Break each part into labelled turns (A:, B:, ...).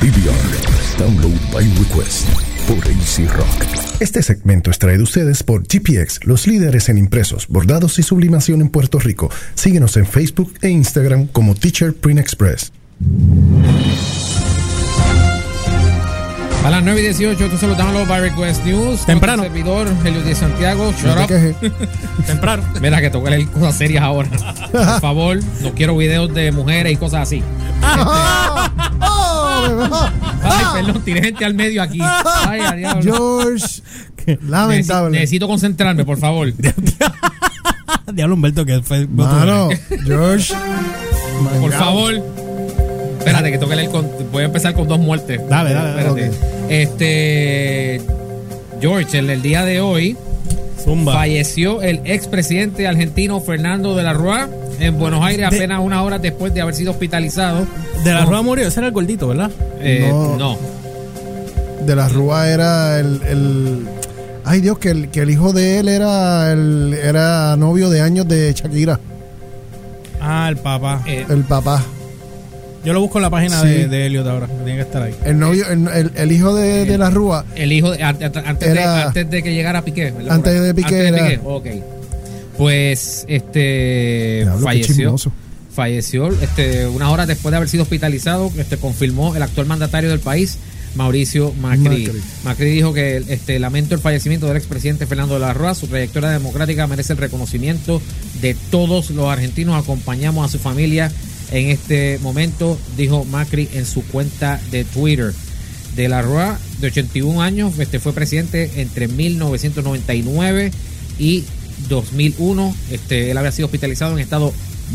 A: Vivian, download by request por AC Rock.
B: Este segmento es traído a ustedes por GPX, los líderes en impresos, bordados y sublimación en Puerto Rico. Síguenos en Facebook e Instagram como Teacher Print Express.
C: A las 9 y 18, tú se lo download by Request News.
D: Temprano.
C: Con tu servidor, Helios de Santiago. Shut up.
D: Temprano.
C: Mira que tengo que leer cosas serias ahora. Por favor, no quiero videos de mujeres y cosas así. Ay, perdón, tiré gente al medio aquí. Ay, al diablo.
E: George, lamentable.
C: Necesi- Necesito concentrarme, por favor.
D: Diablo Humberto que fue.
E: Mano, George.
C: Por
E: mangao.
C: favor. Espérate, que tengo que leer. Con, voy a empezar con dos muertes.
D: Dale, dale, dale,
C: Espérate. Este. George, en el día de hoy
D: Zumba.
C: falleció el expresidente argentino Fernando de la Rúa en Buenos Aires
D: De-
C: apenas una hora después de haber sido hospitalizado.
D: De la Rúa murió. Ese era el gordito, ¿verdad?
C: Eh,
E: No.
C: no.
E: De la Rúa era el. el- ay, Dios, que el, que el hijo de él era, el, era novio de años de Shakira,
D: Ah, el papá.
C: Eh,
E: el papá.
D: Yo lo busco en la página
E: Sí.
D: de, de Elliot ahora. Tiene que estar ahí.
E: El novio, el, el- el hijo de, de la Rúa.
C: El hijo de, ante- ante- antes, de,
E: Era-
C: antes de que llegara Piqué, ¿verdad?
E: Antes de Piqué
C: Antes de
E: era-
C: Piqué, ok. Pues este
E: Diablo, qué
C: falleció.
E: chismoso.
C: Falleció este, unas horas después de haber sido hospitalizado, este, confirmó el actual mandatario del país, Mauricio Macri. Macri,
E: Macri.
C: dijo que este, lamento el fallecimiento del expresidente Fernando de la Roa. Su trayectoria democrática merece el reconocimiento de todos los argentinos. Acompañamos a su familia en este momento, dijo Macri en su cuenta de Twitter. De la Roa, de 81 años, este, fue presidente entre 1999 y 2001. Este, él había sido hospitalizado en estado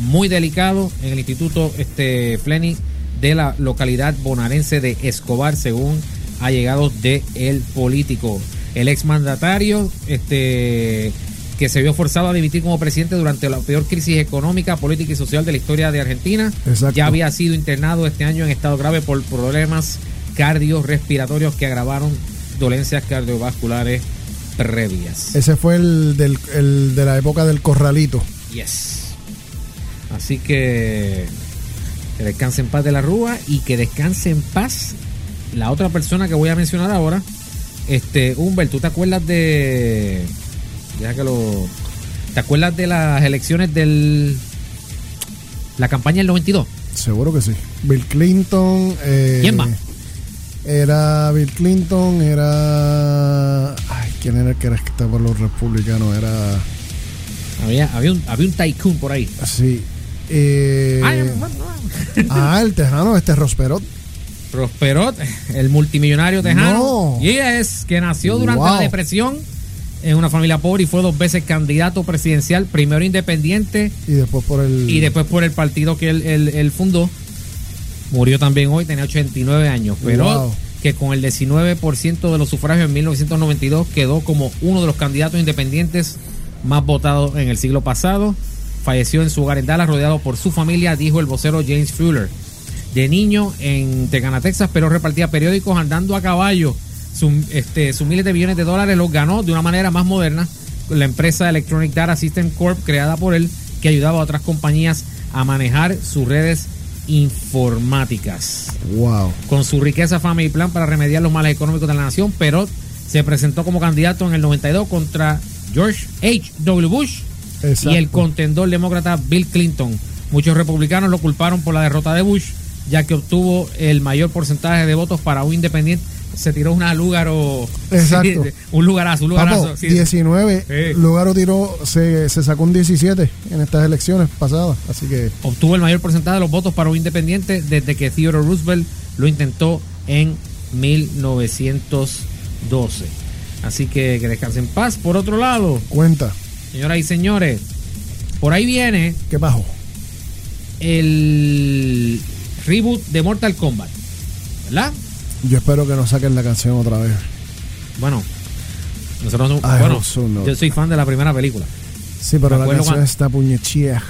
C: muy delicado en el Instituto este, Fleni de la localidad bonaerense de Escobar, según allegados de el político. El exmandatario, este que se vio forzado a dimitir como presidente durante la peor crisis económica, política y social de la historia de Argentina.
E: Exacto.
C: Ya había sido internado este año en estado grave por problemas cardiorrespiratorios que agravaron dolencias cardiovasculares previas.
E: Ese fue el, del, el de la época del corralito.
C: Yes. Así que que descanse en paz de la Rúa y que descanse en paz la otra persona que voy a mencionar ahora. Este, Humbert, ¿tú te acuerdas de. Ya que lo. ¿Te acuerdas de las elecciones del. La campaña del 92?
E: Seguro que sí. Bill Clinton. eh,
C: ¿Quién más?
E: Era Bill Clinton, era. Ay, ¿quién era el que era que estaba por los republicanos? Era.
C: Había, había, un, había un tycoon por ahí.
E: Sí. Eh,
C: Ay,
E: ah, el tejano, este Rosperot.
C: Prosperot, el multimillonario tejano.
E: No.
C: Y ella es que nació durante
E: Wow.
C: la depresión en una familia pobre y fue dos veces candidato presidencial, primero independiente
E: Y después por el.
C: y después por el partido que él, él- él fundó. Murió también hoy, tenía 89 años, pero
E: Wow.
C: que con el 19% de los sufragios en 1992 quedó como uno de los candidatos independientes más votados en el siglo pasado. Falleció en su hogar en Dallas, rodeado por su familia, dijo el vocero James Fuller. De niño en Tecana, Texas, pero repartía periódicos andando a caballo. Sus, este, sus miles de millones de dólares los ganó de una manera más moderna con la empresa Electronic Data System Corp, creada por él, que ayudaba a otras compañías a manejar sus redes informáticas
E: Wow.
C: con su riqueza, fama y plan para remediar los males económicos de la nación, pero se presentó como candidato en el 92 contra George H.W. Bush
E: Exacto.
C: y el contendor demócrata Bill Clinton. Muchos republicanos lo culparon por la derrota de Bush, ya que obtuvo el mayor porcentaje de votos para un independiente. Se tiró una Lugaro.
E: Exacto.
C: un lugarazo, un lugarazo.
E: Papo,
C: sí.
E: 19.
C: Sí.
E: Lugaro tiró, se, se sacó un 17 en estas elecciones pasadas. Así que.
C: obtuvo el mayor porcentaje de los votos para un independiente desde que Theodore Roosevelt lo intentó en 1912. Así que que descanse en paz. Por otro lado,
E: Cuenta.
C: señoras y señores, por ahí viene
E: ¿Qué bajo?
C: el reboot de Mortal Kombat. ¿Verdad?
E: Yo espero que no saquen la canción otra vez.
C: Bueno, nosotros no-
E: I
C: bueno,
E: hope so, no.
C: yo soy fan de la primera película.
E: Sí, pero
C: Me
E: la
C: acuerdo
E: canción
C: cuando-
E: está puñechía.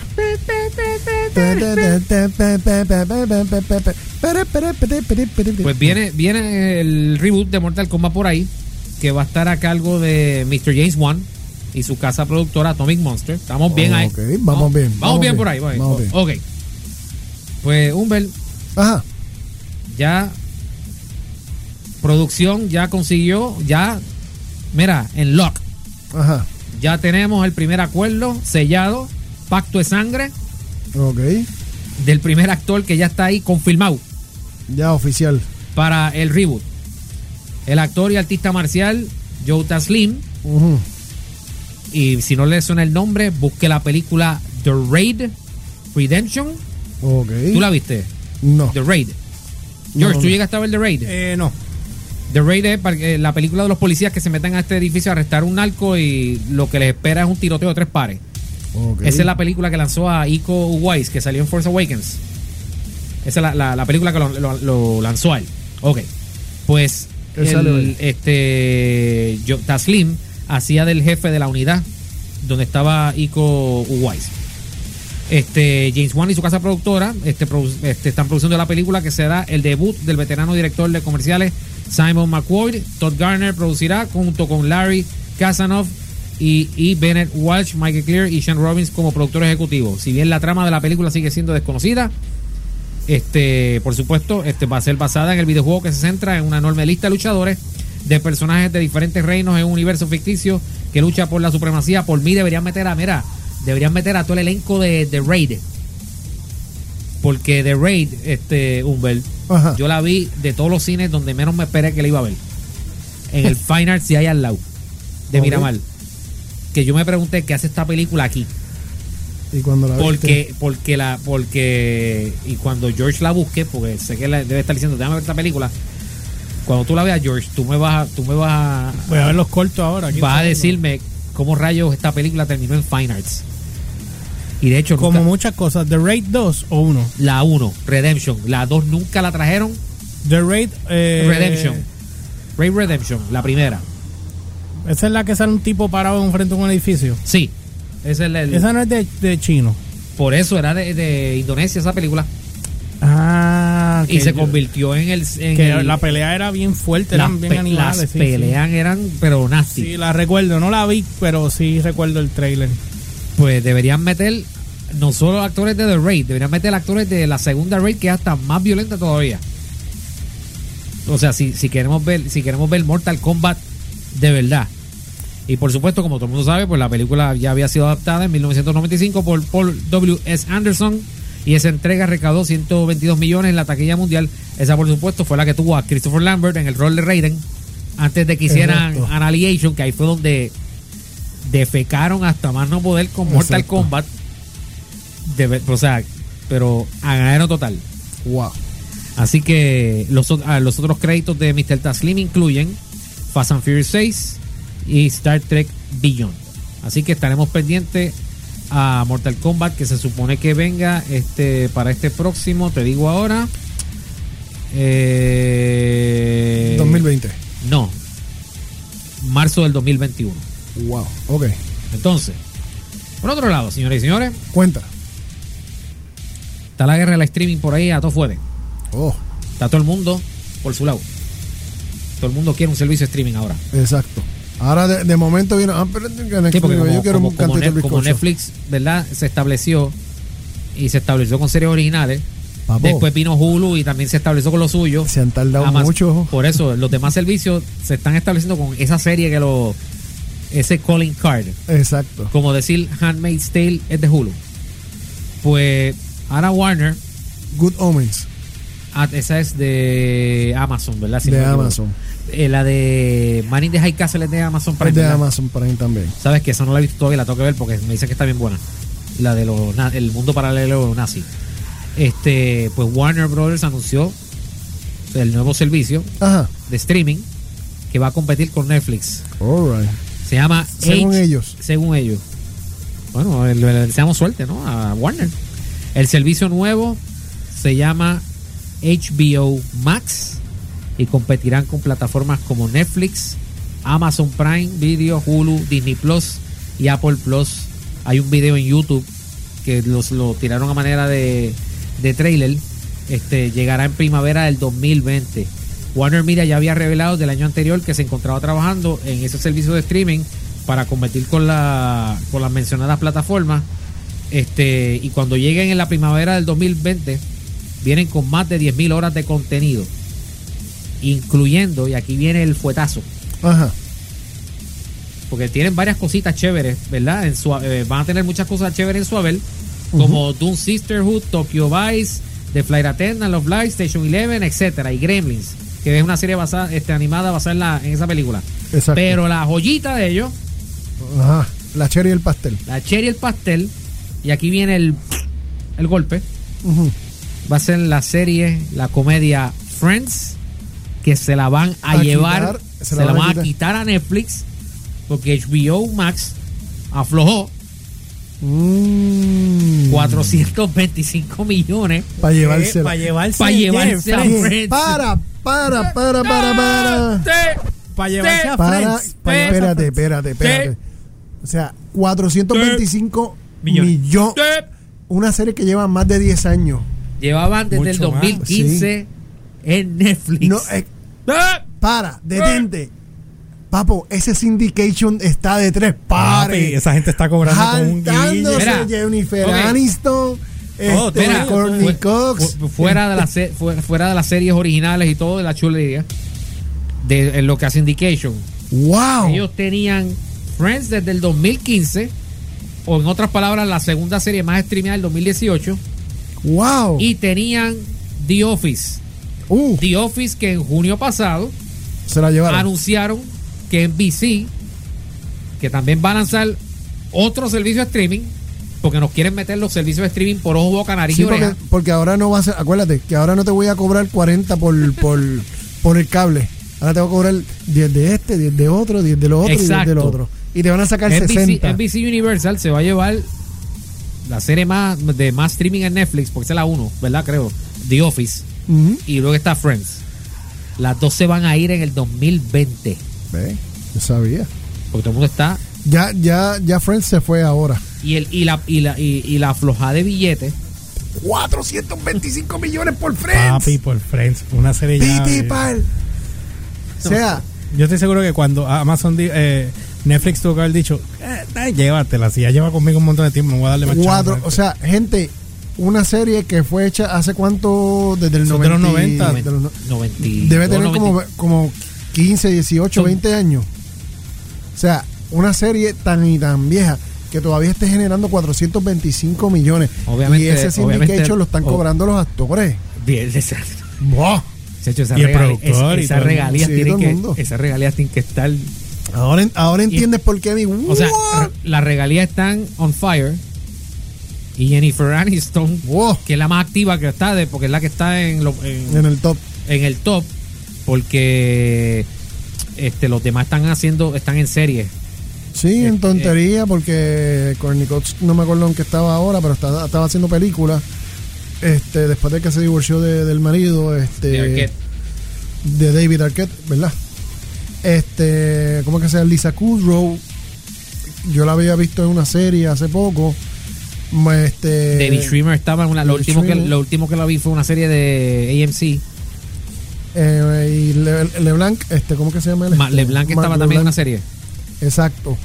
C: Pues viene, viene el reboot de Mortal Kombat por ahí, que va a estar a cargo de Mr. James Wan y su casa productora Atomic Monster. Estamos bien ahí.
E: Ok, vamos bien,
C: Vamos, bien, por ahí. Vamos bien.
E: vamos bien.
C: Ok. Pues Humbert,
E: Ajá.
C: ya Producción ya consiguió, ya, mira, en lock.
E: Ajá.
C: Ya tenemos el primer acuerdo sellado, pacto de sangre
E: Ok.
C: del primer actor que ya está ahí confirmado
E: Ya oficial.
C: para el reboot. El actor y artista marcial Jota Slim,
E: Ujú.
C: y si no le suena el nombre, busque la película The Raid Redemption.
E: Ok.
C: ¿Tú la viste?
E: No.
C: The Raid. George,
E: No,
C: ¿tú
E: no.
C: llegaste a ver The Raid?
D: Eh, no.
C: The Raid es para que- la película de los policías que se meten a este edificio a arrestar un narco y lo que les espera es un tiroteo de tres pares.
E: Ok.
C: Esa es la película que lanzó a Iko Uwais, que salió en Force Awakens. Esa es la, la- la película que lo, lo- lo lanzó a él. Ok. Pues
E: Él salió
C: el,
E: ahí.
C: este yo- Taslim hacía del jefe de la unidad donde estaba Iko Uwais. Este, James Wan y su casa productora este, produ- este, están produciendo la película que será el debut del veterano director de comerciales Simon McCoy. Todd Garner producirá junto con Larry Kazanoff y, y Bennett Walsh, Michael Clear y Sean Robbins como productor ejecutivo. Si bien la trama de la película sigue siendo desconocida, este, por supuesto, este va a ser basada en el videojuego que se centra en una enorme lista de luchadores de personajes de diferentes reinos en un universo ficticio que lucha por la supremacía. Por mí deberían meter a, mira, deberían meter a todo el elenco de, de Raid. Porque The Raid, este, Humbert,
E: Ajá.
C: yo la vi de todos los cines donde menos me esperé que la iba a ver. En el Fine Arts y ahí al lado, de
E: Ok.
C: Miramar. Que yo me pregunté qué hace esta película aquí
E: Y cuando la viste-
C: porque porque la porque y cuando George la busque porque sé que la, debe estar diciendo déjame ver esta película cuando tú la veas George tú me vas a, tú me vas a,
D: Voy a ver los cortos ahora. aquí.
C: vas a decirme cómo rayos esta película terminó en Fine Arts y de hecho nunca-
D: Como muchas cosas. The Raid 2 o 1.
C: la 1 Redemption la 2 nunca la trajeron
D: The Raid. eh,
C: Redemption Ray Redemption la primera
D: Esa es la que sale un tipo parado enfrente de un edificio.
C: sí esa es la- el-
D: Esa no es de, de chino.
C: por eso era de, de Indonesia esa película
D: Ah,
C: y se convirtió en el en
D: Que
C: el-
D: la pelea era bien fuerte,
C: las,
D: eran bien
C: pe-
D: animales.
C: las
D: sí, sí.
C: peleas eran pero
D: Sí.
C: nasty
D: la recuerdo. No la vi, pero sí recuerdo el trailer.
C: pues deberían meter no solo actores de The Raid, deberían meter actores de la segunda Raid que es hasta más violenta todavía. O sea, si, si queremos ver si queremos ver Mortal Kombat de verdad. Y por supuesto, como todo el mundo sabe, pues la película ya había sido adaptada en 1995 por Paul W.S. Anderson y esa entrega recaudó 122 millones en la taquilla mundial. Esa, por supuesto, fue la que tuvo a Christopher Lambert en el rol de Raiden antes de que hicieran
E: Correcto.
C: Annihilation, que ahí fue donde defecaron hasta más no poder con Mortal
E: Exacto.
C: Kombat. De ver- o sea, pero a ganero total.
E: Wow.
C: Así que los, o- ah, los otros créditos de Mr. Taslim incluyen Fast and Furious 6 y Star Trek Beyond. Así que estaremos pendientes a Mortal Kombat que se supone que venga este para este próximo, te digo ahora. eh,
E: 2020.
C: No. Marzo del 2021.
E: Wow. Ok.
C: Entonces, por otro lado, señores y señores,
E: Cuenta.
C: está la guerra del streaming por ahí a todo fuerte.
E: Oh,
C: Está todo el mundo por su lado. Todo el mundo quiere un servicio de streaming ahora.
E: exacto. Ahora de, de momento vino. Ah, pero
C: Sí, porque como,
E: yo quiero
C: como-
E: un
C: como
E: cantito de
C: Net- como
E: bizcocho.
C: Netflix, ¿verdad? Se estableció y se estableció con series originales.
E: Papo.
C: Después vino Hulu y también se estableció con lo suyo.
E: Se han tardado
C: Además,
E: mucho.
C: Por eso, los demás servicios se están estableciendo con esa serie que lo. Ese calling card.
E: Exacto.
C: Como decir Handmaid's Tale es de Hulu. Pues ahora Warner,
E: Good Omens
C: ah, esa es de Amazon, ¿verdad? Si no
E: de
C: me equivoco.
E: Amazon.
C: Eh, la de Man in the High Castle es de Amazon Prime.
E: Es de
C: ¿verdad?
E: Amazon Prime también.
C: Sabes que esa no la he visto todavía, la tengo que ver porque me dicen que está bien buena. La de los na- el mundo paralelo nazi. Este, pues Warner Brothers anunció el nuevo servicio
E: Ajá.
C: de streaming que va a competir con Netflix.
E: Alright.
C: Se llama
E: Según
C: H-
E: ellos.
C: Según ellos. Bueno, le le deseamos suerte, ¿no? A Warner. El servicio nuevo se llama HBO Max y competirán con plataformas como Netflix, Amazon Prime Video, Hulu, Disney Plus y Apple Plus. Hay un video en YouTube que los, lo tiraron a manera de, de trailer. Este, llegará en primavera del 2020. Warner Media ya había revelado del año anterior que se encontraba trabajando en ese servicio de streaming para competir con, la, con las mencionadas plataformas. Este, y cuando lleguen en la primavera del 2020, vienen con más de 10.000 horas de contenido incluyendo, y aquí viene el fuetazo,
E: Ajá.
C: porque tienen varias cositas chéveres, ¿verdad? En su, eh, van a tener muchas cosas chéveres en su haber, como Doom Sisterhood, Tokyo Vice, The Flight Attendant, Love Live, Station Eleven, etcétera, y Gremlins, que es una serie basada, este, animada basada en, la, en esa película.
E: Exacto.
C: Pero la joyita de ellos,
E: Ajá. La cherry y el pastel.
C: la cherry el pastel, y aquí viene el, el golpe,
E: Ujú.
C: va a ser la serie, la comedia Friends, que se la van a,
E: A
C: llevar,
E: quitar,
C: se, la van a quitar a Netflix, porque HBO Max aflojó
E: Mm.
C: 425 millones
E: Para llevársela.
D: Para llevarse.
C: para llevarse a
D: Friends.
C: Friends.
E: Para, para, para, para, para.
D: Para llevarse a
E: Para,
D: Friends.
E: para-
C: Friends.
E: espérate, espérate, espérate.
C: Sí.
E: O sea, 425 millones. Una serie que lleva más de 10 años.
C: Llevaban desde el
D: Mucho más,
C: 2015 en Netflix.
E: No, eh, para, detente. Papo, ese syndication está de tres
F: Papi,
E: pares.
F: esa gente está cobrando con un guillo.
E: Jaltándose
C: Mira,
E: Jennifer
C: ok.
E: Aniston,
F: Oh,
E: este,
C: Oh, Espera,
E: Courtney
C: fu-
E: Cox.
C: fu- fuera, de las se- fu- fuera de las series originales y todo de la chulería de en lo que hace Indication
E: ¡Wow!
C: Ellos tenían Friends desde el 2015, o en otras palabras, la segunda serie más streameada del 2018,
E: ¡Wow!
C: y tenían The Office.
E: Uh,
C: The Office que en junio pasado
E: se la llevaron.
C: anunciaron que en BC, que también va a lanzar otro servicio de streaming, porque nos quieren meter los servicios de streaming por ojo, boca, nariz
E: Sí,
C: y
E: porque,
C: oreja.
E: porque ahora no va a ser. Acuérdate que ahora no te voy a cobrar 40 por, por, por el cable. Ahora te voy a cobrar 10 de este, 10 de otro, 10 de lo otro y 10
C: Exacto.
E: del otro. Y te van a sacar
C: NBC,
E: 60.
C: NBC Universal se va a llevar la serie más de más streaming en Netflix, porque esa es la 1, ¿verdad? Creo. The Office.
E: Ujú.
C: y luego está Friends. Las dos se van a ir en el 2020.
E: Ve, yo sabía.
C: Porque todo el mundo está.
E: Ya, ya, ya Friends se fue ahora.
C: Y, el, y, la, y, la, y, y la flojada de billetes.
E: 425 millones por
F: Papi, por Friends. Una serie ya.
E: Piti
F: eh,
E: pal. O sea,
F: Yo estoy seguro que cuando Amazon. di- eh, Netflix tuvo que haber dicho, eh, eh, llévatela, si ya lleva conmigo un montón de tiempo, no voy a darle más
E: cuatro,
F: chance.
E: o sea, gente, una serie que fue hecha hace cuánto, desde el
F: Eso es de los
E: 90,
F: 90.
E: de los no-
C: 90,
E: debe tener
C: 90.
E: como, como 15, 18,
C: Son-
E: 20 años. O sea, una serie tan y tan vieja que todavía esté generando 425 millones.
C: Obviamente,
E: y ese
C: obviamente-
E: syndication lo están
C: oh.
E: cobrando los actores.
C: Bien, exacto.
E: Buah.
C: Se ha hecho esa
F: Y el
C: regali-
F: productor
C: es-
F: y
C: esas
F: todo el-
C: regalías
E: Sí,
C: tienen
E: todo el
C: que-
E: mundo.
C: esas regalías tienen que estar.
E: Ahora, en- ahora entiendes por qué mi.
C: O sea,
E: What?
C: re- las regalías están on fire. Y Jennifer Aniston,
E: Wow.
C: que es la más activa que está, de, porque es la que está en, lo- en-
E: en el top.
C: en el top porque este los demás están haciendo están en serie
E: Sí,
C: Eh,
E: en tontería, porque Courtney Cox, no me acuerdo en qué estaba ahora, pero estaba, estaba haciendo películas. Este, después de que se divorció de- del marido, este,
C: De Arquette.
E: de David Arquette, ¿verdad? Este, ¿cómo es que se llama? Lisa Kudrow. Yo la había visto en una serie hace poco. Ma- Este,
C: David Schwimmer estaba en una lo
E: David
C: último que
E: Schwimmer.
C: lo último que la vi fue una serie de AMC
E: eh, y Le- LeBlanc, este, ¿cómo es que se llama? él?
C: Ma-
E: Este,
C: LeBlanc que
E: Ma-
C: estaba también en una
E: LeBlanc.
C: serie
E: Exacto.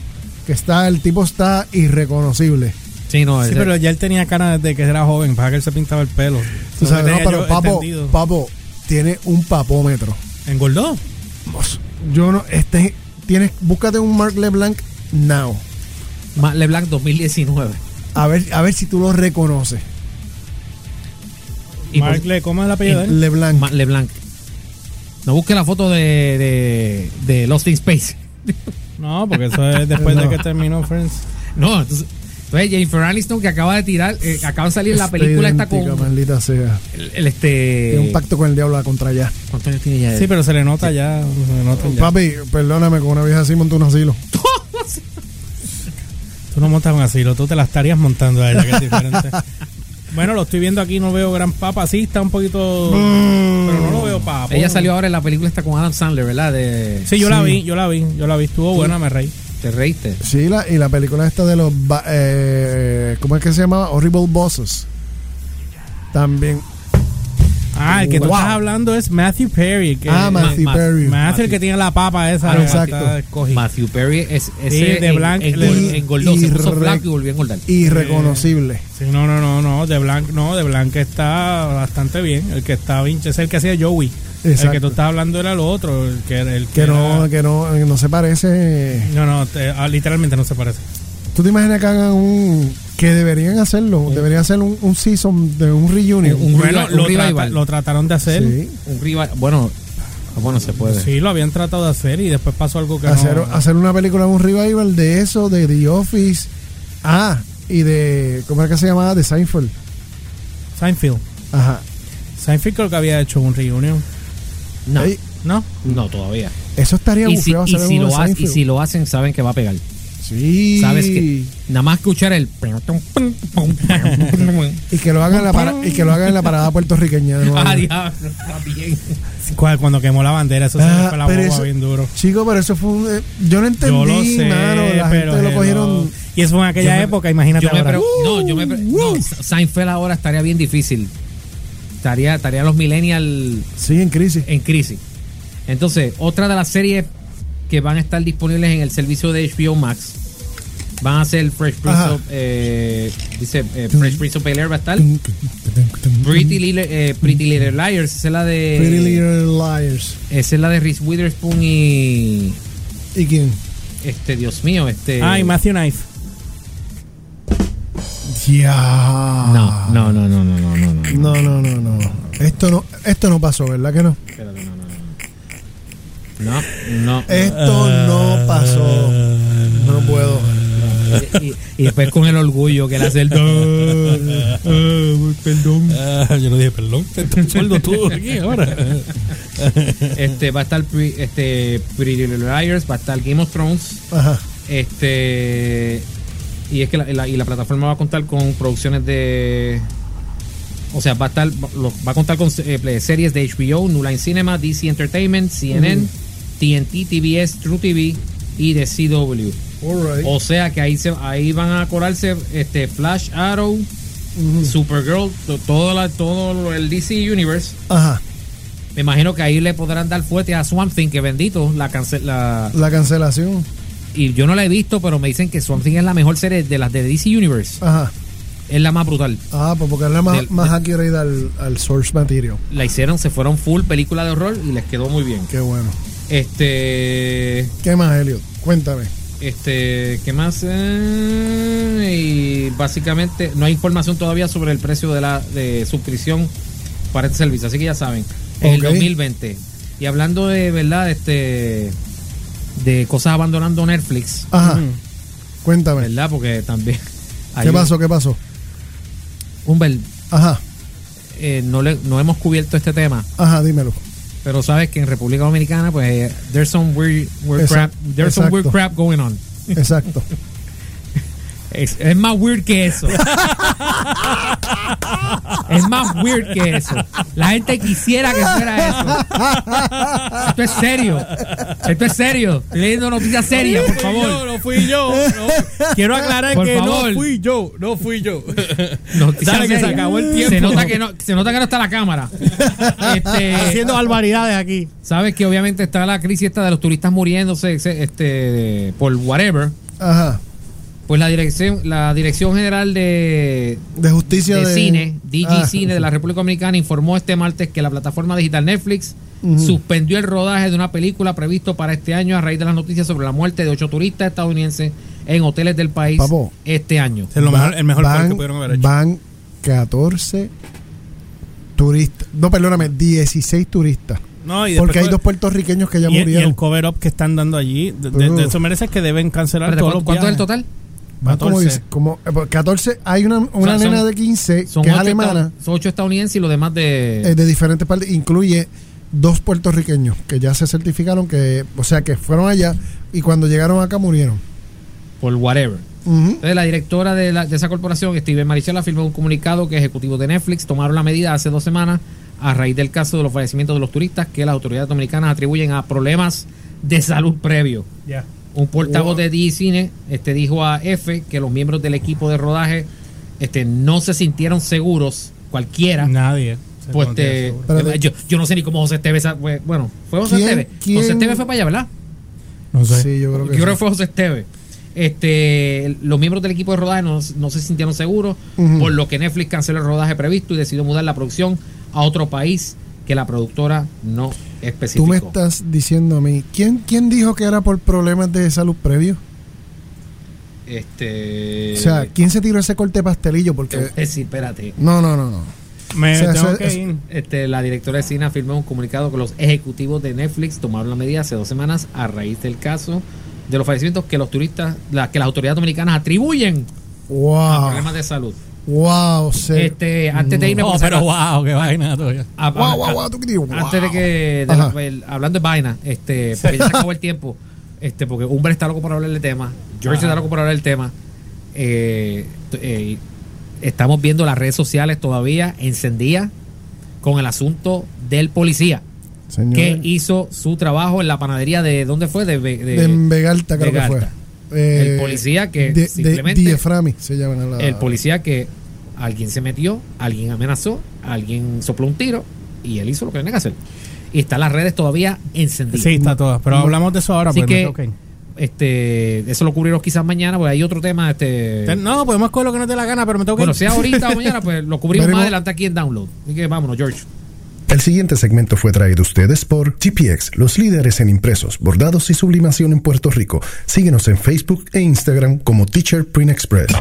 E: Que está, el tipo está irreconocible.
C: sí no
F: Sí,
C: ese-
F: pero ya él tenía cara desde que era joven, para que él se pintaba el pelo.
E: Tú sabes, no,
F: Tenía
E: pero
F: yo
E: papo,
F: entendido.
E: papo, tiene un papómetro.
F: ¿Engordó?
E: Yo no, este, tienes, búscate un Mark LeBlanc now.
C: Ma- LeBlanc 2019
E: A ver, a ver si tú lo reconoces.
C: y
F: Mark,
C: por-
F: Le- ¿cómo es el apellido de él?
E: LeBlanc.
C: Ma- LeBlanc no busque la foto de, de, de Lost in Space
F: No, porque eso es después de que terminó Friends.
C: no entonces, entonces Jennifer Aniston que acaba de tirar eh, acaba de salir en la
E: Está
C: película está
E: idéntica,
C: con
E: maldita sea.
C: el, el, este
E: Tiene un pacto con el diablo a contra ya.
C: ¿cuántos años tiene
E: Eh,
C: ya?
F: Sí, pero se le nota ya. Se le nota ya.
E: Papi, perdóname, con una vieja así montó un asilo.
F: Tú no montas un asilo, tú te la estarías montando a ella, que es diferente. bueno, lo estoy viendo aquí, no veo gran papa. Sí, está un poquito.
E: Mm.
F: pero no lo veo papa.
C: Ella salió ahora en la película esta con Adam Sandler, ¿verdad? De,
F: Sí, yo la vi, yo la vi, yo la vi. Estuvo buena, me reí.
C: Te reíste.
E: Sí, la, y la película esta de los, ba- eh, ¿cómo es que se llamaba? Horrible Bosses. También.
F: Ah, el que tú
E: Wow.
F: estás hablando es Matthew Perry. Que
E: Ah, Matthew
C: Ma-
E: Perry.
F: Matthew, el
C: Matthew.
F: que tiene la papa esa.
E: Ah,
F: la
E: exacto.
F: está escogida.
C: Matthew Perry es ese
F: Sí, de
C: en-
F: blanco,
C: en-
F: le-
C: engordó, se puso
E: y-
C: flaco y volvió a engordar. eh,
E: Irreconocible.
F: Sí, no, no, no, no, de Blanc, no, de Blanc está bastante bien. El que está bien es el que hacía Joey. El que tú
E: Exacto.
F: estás hablando era lo otro, el que, el
E: Que no,
F: era-
E: que no, no se parece.
F: No, no, te- ah, literalmente no se parece.
E: ¿Tú te imaginas que hagan un. que deberían hacerlo? Deberían hacer un, un season de un reunion.
C: Eh, Un
F: Bueno,
C: revi- un
F: lo, trata-
C: revival.
F: lo trataron de hacer. Sí.
E: Sí.
C: Un rival. Bueno, ah, bueno, se puede.
F: lo habían tratado de hacer y después pasó algo que
E: Hacer,
F: no...
E: hacer una película, un revival de eso, de The Office. Ah, y de. ¿Cómo era que se llamaba? De Seinfeld.
F: Seinfeld.
E: Ajá.
F: Seinfeld creo que había hecho un reunion.
C: No,
E: Ey,
F: ¿No?
C: no todavía.
E: eso estaría
C: Y si,
E: bufeado
C: y
E: hacer
C: si
E: uno de
C: lo ha- y
E: Seinfeld.
C: si lo hacen, saben que va a pegar.
E: Sí.
C: Sabes que nada más escuchar el.
E: Y que lo hagan en la para- y que lo hagan en la parada puertorriqueña de nuevo.
C: ah, diablo, está bien.
F: Cu- Cuando quemó la bandera, eso se
E: Ah,
F: le fue la
E: pero
F: boba
E: eso-
F: bien duro.
E: Chico, pero eso fue un, eh, yo no entendí,
F: yo lo sé,
E: mano, la
F: pero
E: gente lo
F: hello.
E: cogieron
F: Y eso fue en aquella
C: Yo me-
F: época, imagínate
C: Yo me
F: ahora.
C: pre- no, yo me pre-
E: Uh,
C: no, Seinfeld ahora estaría bien difícil. Estaría, estaría los millennials
E: sí en crisis.
C: en crisis. Entonces, otra de las series que van a estar disponibles en el servicio de HBO Max van a ser Fresh Prince
E: Ajá. Mm.
C: of, eh, dice eh, Fresh Prince of Bel-Air va a estar Pretty Little, eh, Pretty Little Liars esa es la de
E: Pretty Little Liars.
C: esa es la de Reese Witherspoon y
E: ¿Y quién?
C: este Dios mío este
F: Ah, y Matthew Knife.
E: Ya.
C: no no no no no no no no
E: No, no, no, no. Esto no esto no pasó, ¿verdad que no?
C: Espérate, no no no no,
E: Eh.
C: no.
E: Esto no pasó. No puedo.
C: Y, y- y después con el orgullo que le hace el
E: Ah,
F: perdón. Ah, yo no dije perdón. Te sueldo todo aquí ahora.
C: Este va a estar pre- este Pretty Little Liars, va a estar Game of Thrones,
E: Ajá.
C: este y es que la, la- y la plataforma va a contar con producciones de o sea, va a estar lo- va a contar con eh, ple- series de HBO, New Line Cinema, DC Entertainment, CNN, TNT, TBS, True TV y de CW.
E: All right.
C: O sea que ahí se ahí van a colarse este Flash Arrow, Supergirl, to- todo la- todo lo- el DC Universe.
E: Ajá.
C: Me imagino que ahí le podrán dar fuerte a Swamp Thing, que bendito, la cance- la-
E: La cancelación.
C: Y yo no la he visto, pero me dicen que Swamp Thing es la mejor serie de las de DC Universe.
E: Ajá.
C: Es la más brutal.
E: Ah, pues porque es la más,
C: Del-
E: más accurate al, al source material.
C: La hicieron, se fueron full película de horror y les quedó muy bien.
E: Qué bueno.
C: Este,
E: ¿Qué más, Elliot? Cuéntame.
C: este, ¿qué más? Eh, y básicamente no hay información todavía sobre el precio de la de suscripción para este servicio, así que ya saben, en el
E: Ok.
C: 2020. Y hablando de verdad, este, de cosas abandonando Netflix.
E: Ajá. Cuéntame.
C: ¿Verdad? Porque también. hay
E: ¿Qué
C: un-
E: pasó? ¿Qué pasó?
C: Humbert,
E: Ajá,
C: eh, no, le, no hemos cubierto este tema,
E: ajá, dímelo.
C: pero sabes que en República Dominicana, pues, eh, there's some weird, weird
E: Exact-
C: crap, there's some weird
E: exacto.
C: crap going on.
E: Exacto.
C: Es, es más weird que eso. es más weird que eso. La gente quisiera que fuera eso. Esto es serio. Esto es serio. Estoy leyendo noticias serias, por favor.
F: no fui yo. Quiero aclarar
C: Por
F: que
C: favor.
F: no fui yo. No fui yo.
C: Noticias
F: Dale, que se
C: serias.
F: acabó el tiempo.
C: Se nota que no, se nota que no está la cámara.
F: Eh,
C: Este,
D: Haciendo barbaridades aquí.
C: Sabes que obviamente está la crisis esta de los turistas muriéndose se- este, por whatever.
E: Ajá.
C: Pues la dirección, la dirección general de,
E: De justicia
C: de
E: de,
C: cine, DG
E: Ah,
C: Cine de la República Dominicana informó este martes que la plataforma digital Netflix suspendió el rodaje de una película previsto para este año a raíz de las noticias sobre la muerte de ocho turistas estadounidenses en hoteles del país
E: Papo.
C: este año.
F: Es lo
E: va-
F: mejor, el mejor
E: van,
F: gol que pudieron haber hecho.
E: Van 14 turistas. No, perdóname, 16 turistas.
F: No, y
E: Porque
F: después-
E: hay dos puertorriqueños que ya
F: y, y
E: murieron.
F: el cover up que están dando allí, de, de- de eso merece que deben cancelar
C: Espérate,
F: todos
C: ¿Cuánto, cuánto
F: los
C: es el
F: viajes.
C: total?
E: Van como
F: 14.
E: 10 como, eh, pues, 14. Hay una, una
C: O sea,
E: nena
C: son-
E: de 15
C: Son
E: que es
C: ocho
E: alemana,
C: esta- son ocho estadounidenses y los demás
E: eh,
C: de...
E: de diferentes partes. Incluye dos puertorriqueños que ya se certificaron, que o sea, que fueron allá y cuando llegaron acá murieron.
C: por whatever.
E: Ujú.
C: Entonces, la directora de, la- de esa corporación, Steven Marichal, afirmó en un comunicado que ejecutivos de Netflix tomaron la medida hace dos semanas a raíz del caso de los fallecimientos de los turistas que las autoridades dominicanas atribuyen a problemas de salud previo.
F: Ya.
C: Un portavoz de DG Cine este, dijo a F que los miembros del equipo de rodaje este, no se sintieron seguros, cualquiera.
F: Nadie. se
C: Pues
F: contiene
C: este,
F: seguro.
E: Espérate.
C: yo, yo no sé ni cómo José Esteves. sa- fue- Bueno, fue José
E: ¿Quién-
C: Esteves.
E: quién-
C: José Esteves fue para allá, ¿verdad?
F: No sé.
E: Sí, yo creo que
C: Yo
E: sí.
C: creo que fue José Esteves. Este, el- los miembros del equipo de rodaje no, no se sintieron seguros, por lo que Netflix canceló el rodaje previsto y decidió mudar la producción a otro país que la productora no especificó.
E: Tú me estás diciendo a mí, ¿quién, ¿quién dijo que era por problemas de salud previo?
C: Este.
E: O
F: Eh,
E: sea, ¿quién se tiró ese corte de pastelillo? Porque.
C: eh, sí, espérate.
E: No, no, no, no.
F: Me
E: O sea,
F: tengo
E: eso-
F: que
E: eso-
F: ir.
C: Este, la directora de cine firmó un comunicado que los ejecutivos de Netflix tomaron la medida hace dos semanas a raíz del caso de los fallecimientos que los turistas, la- que las autoridades dominicanas atribuyen a
E: Wow.
C: problemas de salud.
E: Wow, se-
C: Este, antes de irme
F: No,
C: por si
F: pero
C: acaso,
F: wow, qué vaina todavía.
C: a- a-
E: Wow, wow, wow, tú que dices, wow.
C: Antes de que. de
E: Ajá.
C: la- el- hablando de vaina, este, porque ya se acabó el tiempo. Este, porque Umbre está loco por hablar del tema. George está loco por hablar del tema. eh, t- eh, estamos viendo las redes sociales todavía encendidas con el asunto del policía
E: Señor,
C: que hizo su trabajo en la panadería de. ¿Dónde fue? De, Ve- de-
E: de Envegalta, creo
C: de
E: que fue. Eh,
C: Galta. El policía que
E: de,
C: simplemente-
E: de Dieframi se llaman a la-
C: el policía que alguien se metió, alguien amenazó, alguien sopló un tiro y él hizo lo que tenía que hacer. Y están las redes todavía encendidas.
F: Sí, está todo. Pero hablamos de eso ahora.
C: Así
F: pues, me
C: que,
F: tengo que ir.
C: este, eso lo cubriremos quizás mañana, porque hay otro tema. Este,
F: Ten- No, podemos coger lo que no te dé la gana, pero me tengo que
C: bueno,
F: ir.
C: sea ahorita o mañana, pues lo cubrimos
E: Veremos.
C: más adelante aquí en Download. Así que vámonos, George.
B: El siguiente segmento fue traído a ustedes por GPX, los líderes en impresos, bordados y sublimación en Puerto Rico. Síguenos en Facebook e Instagram como Teacher Print Express.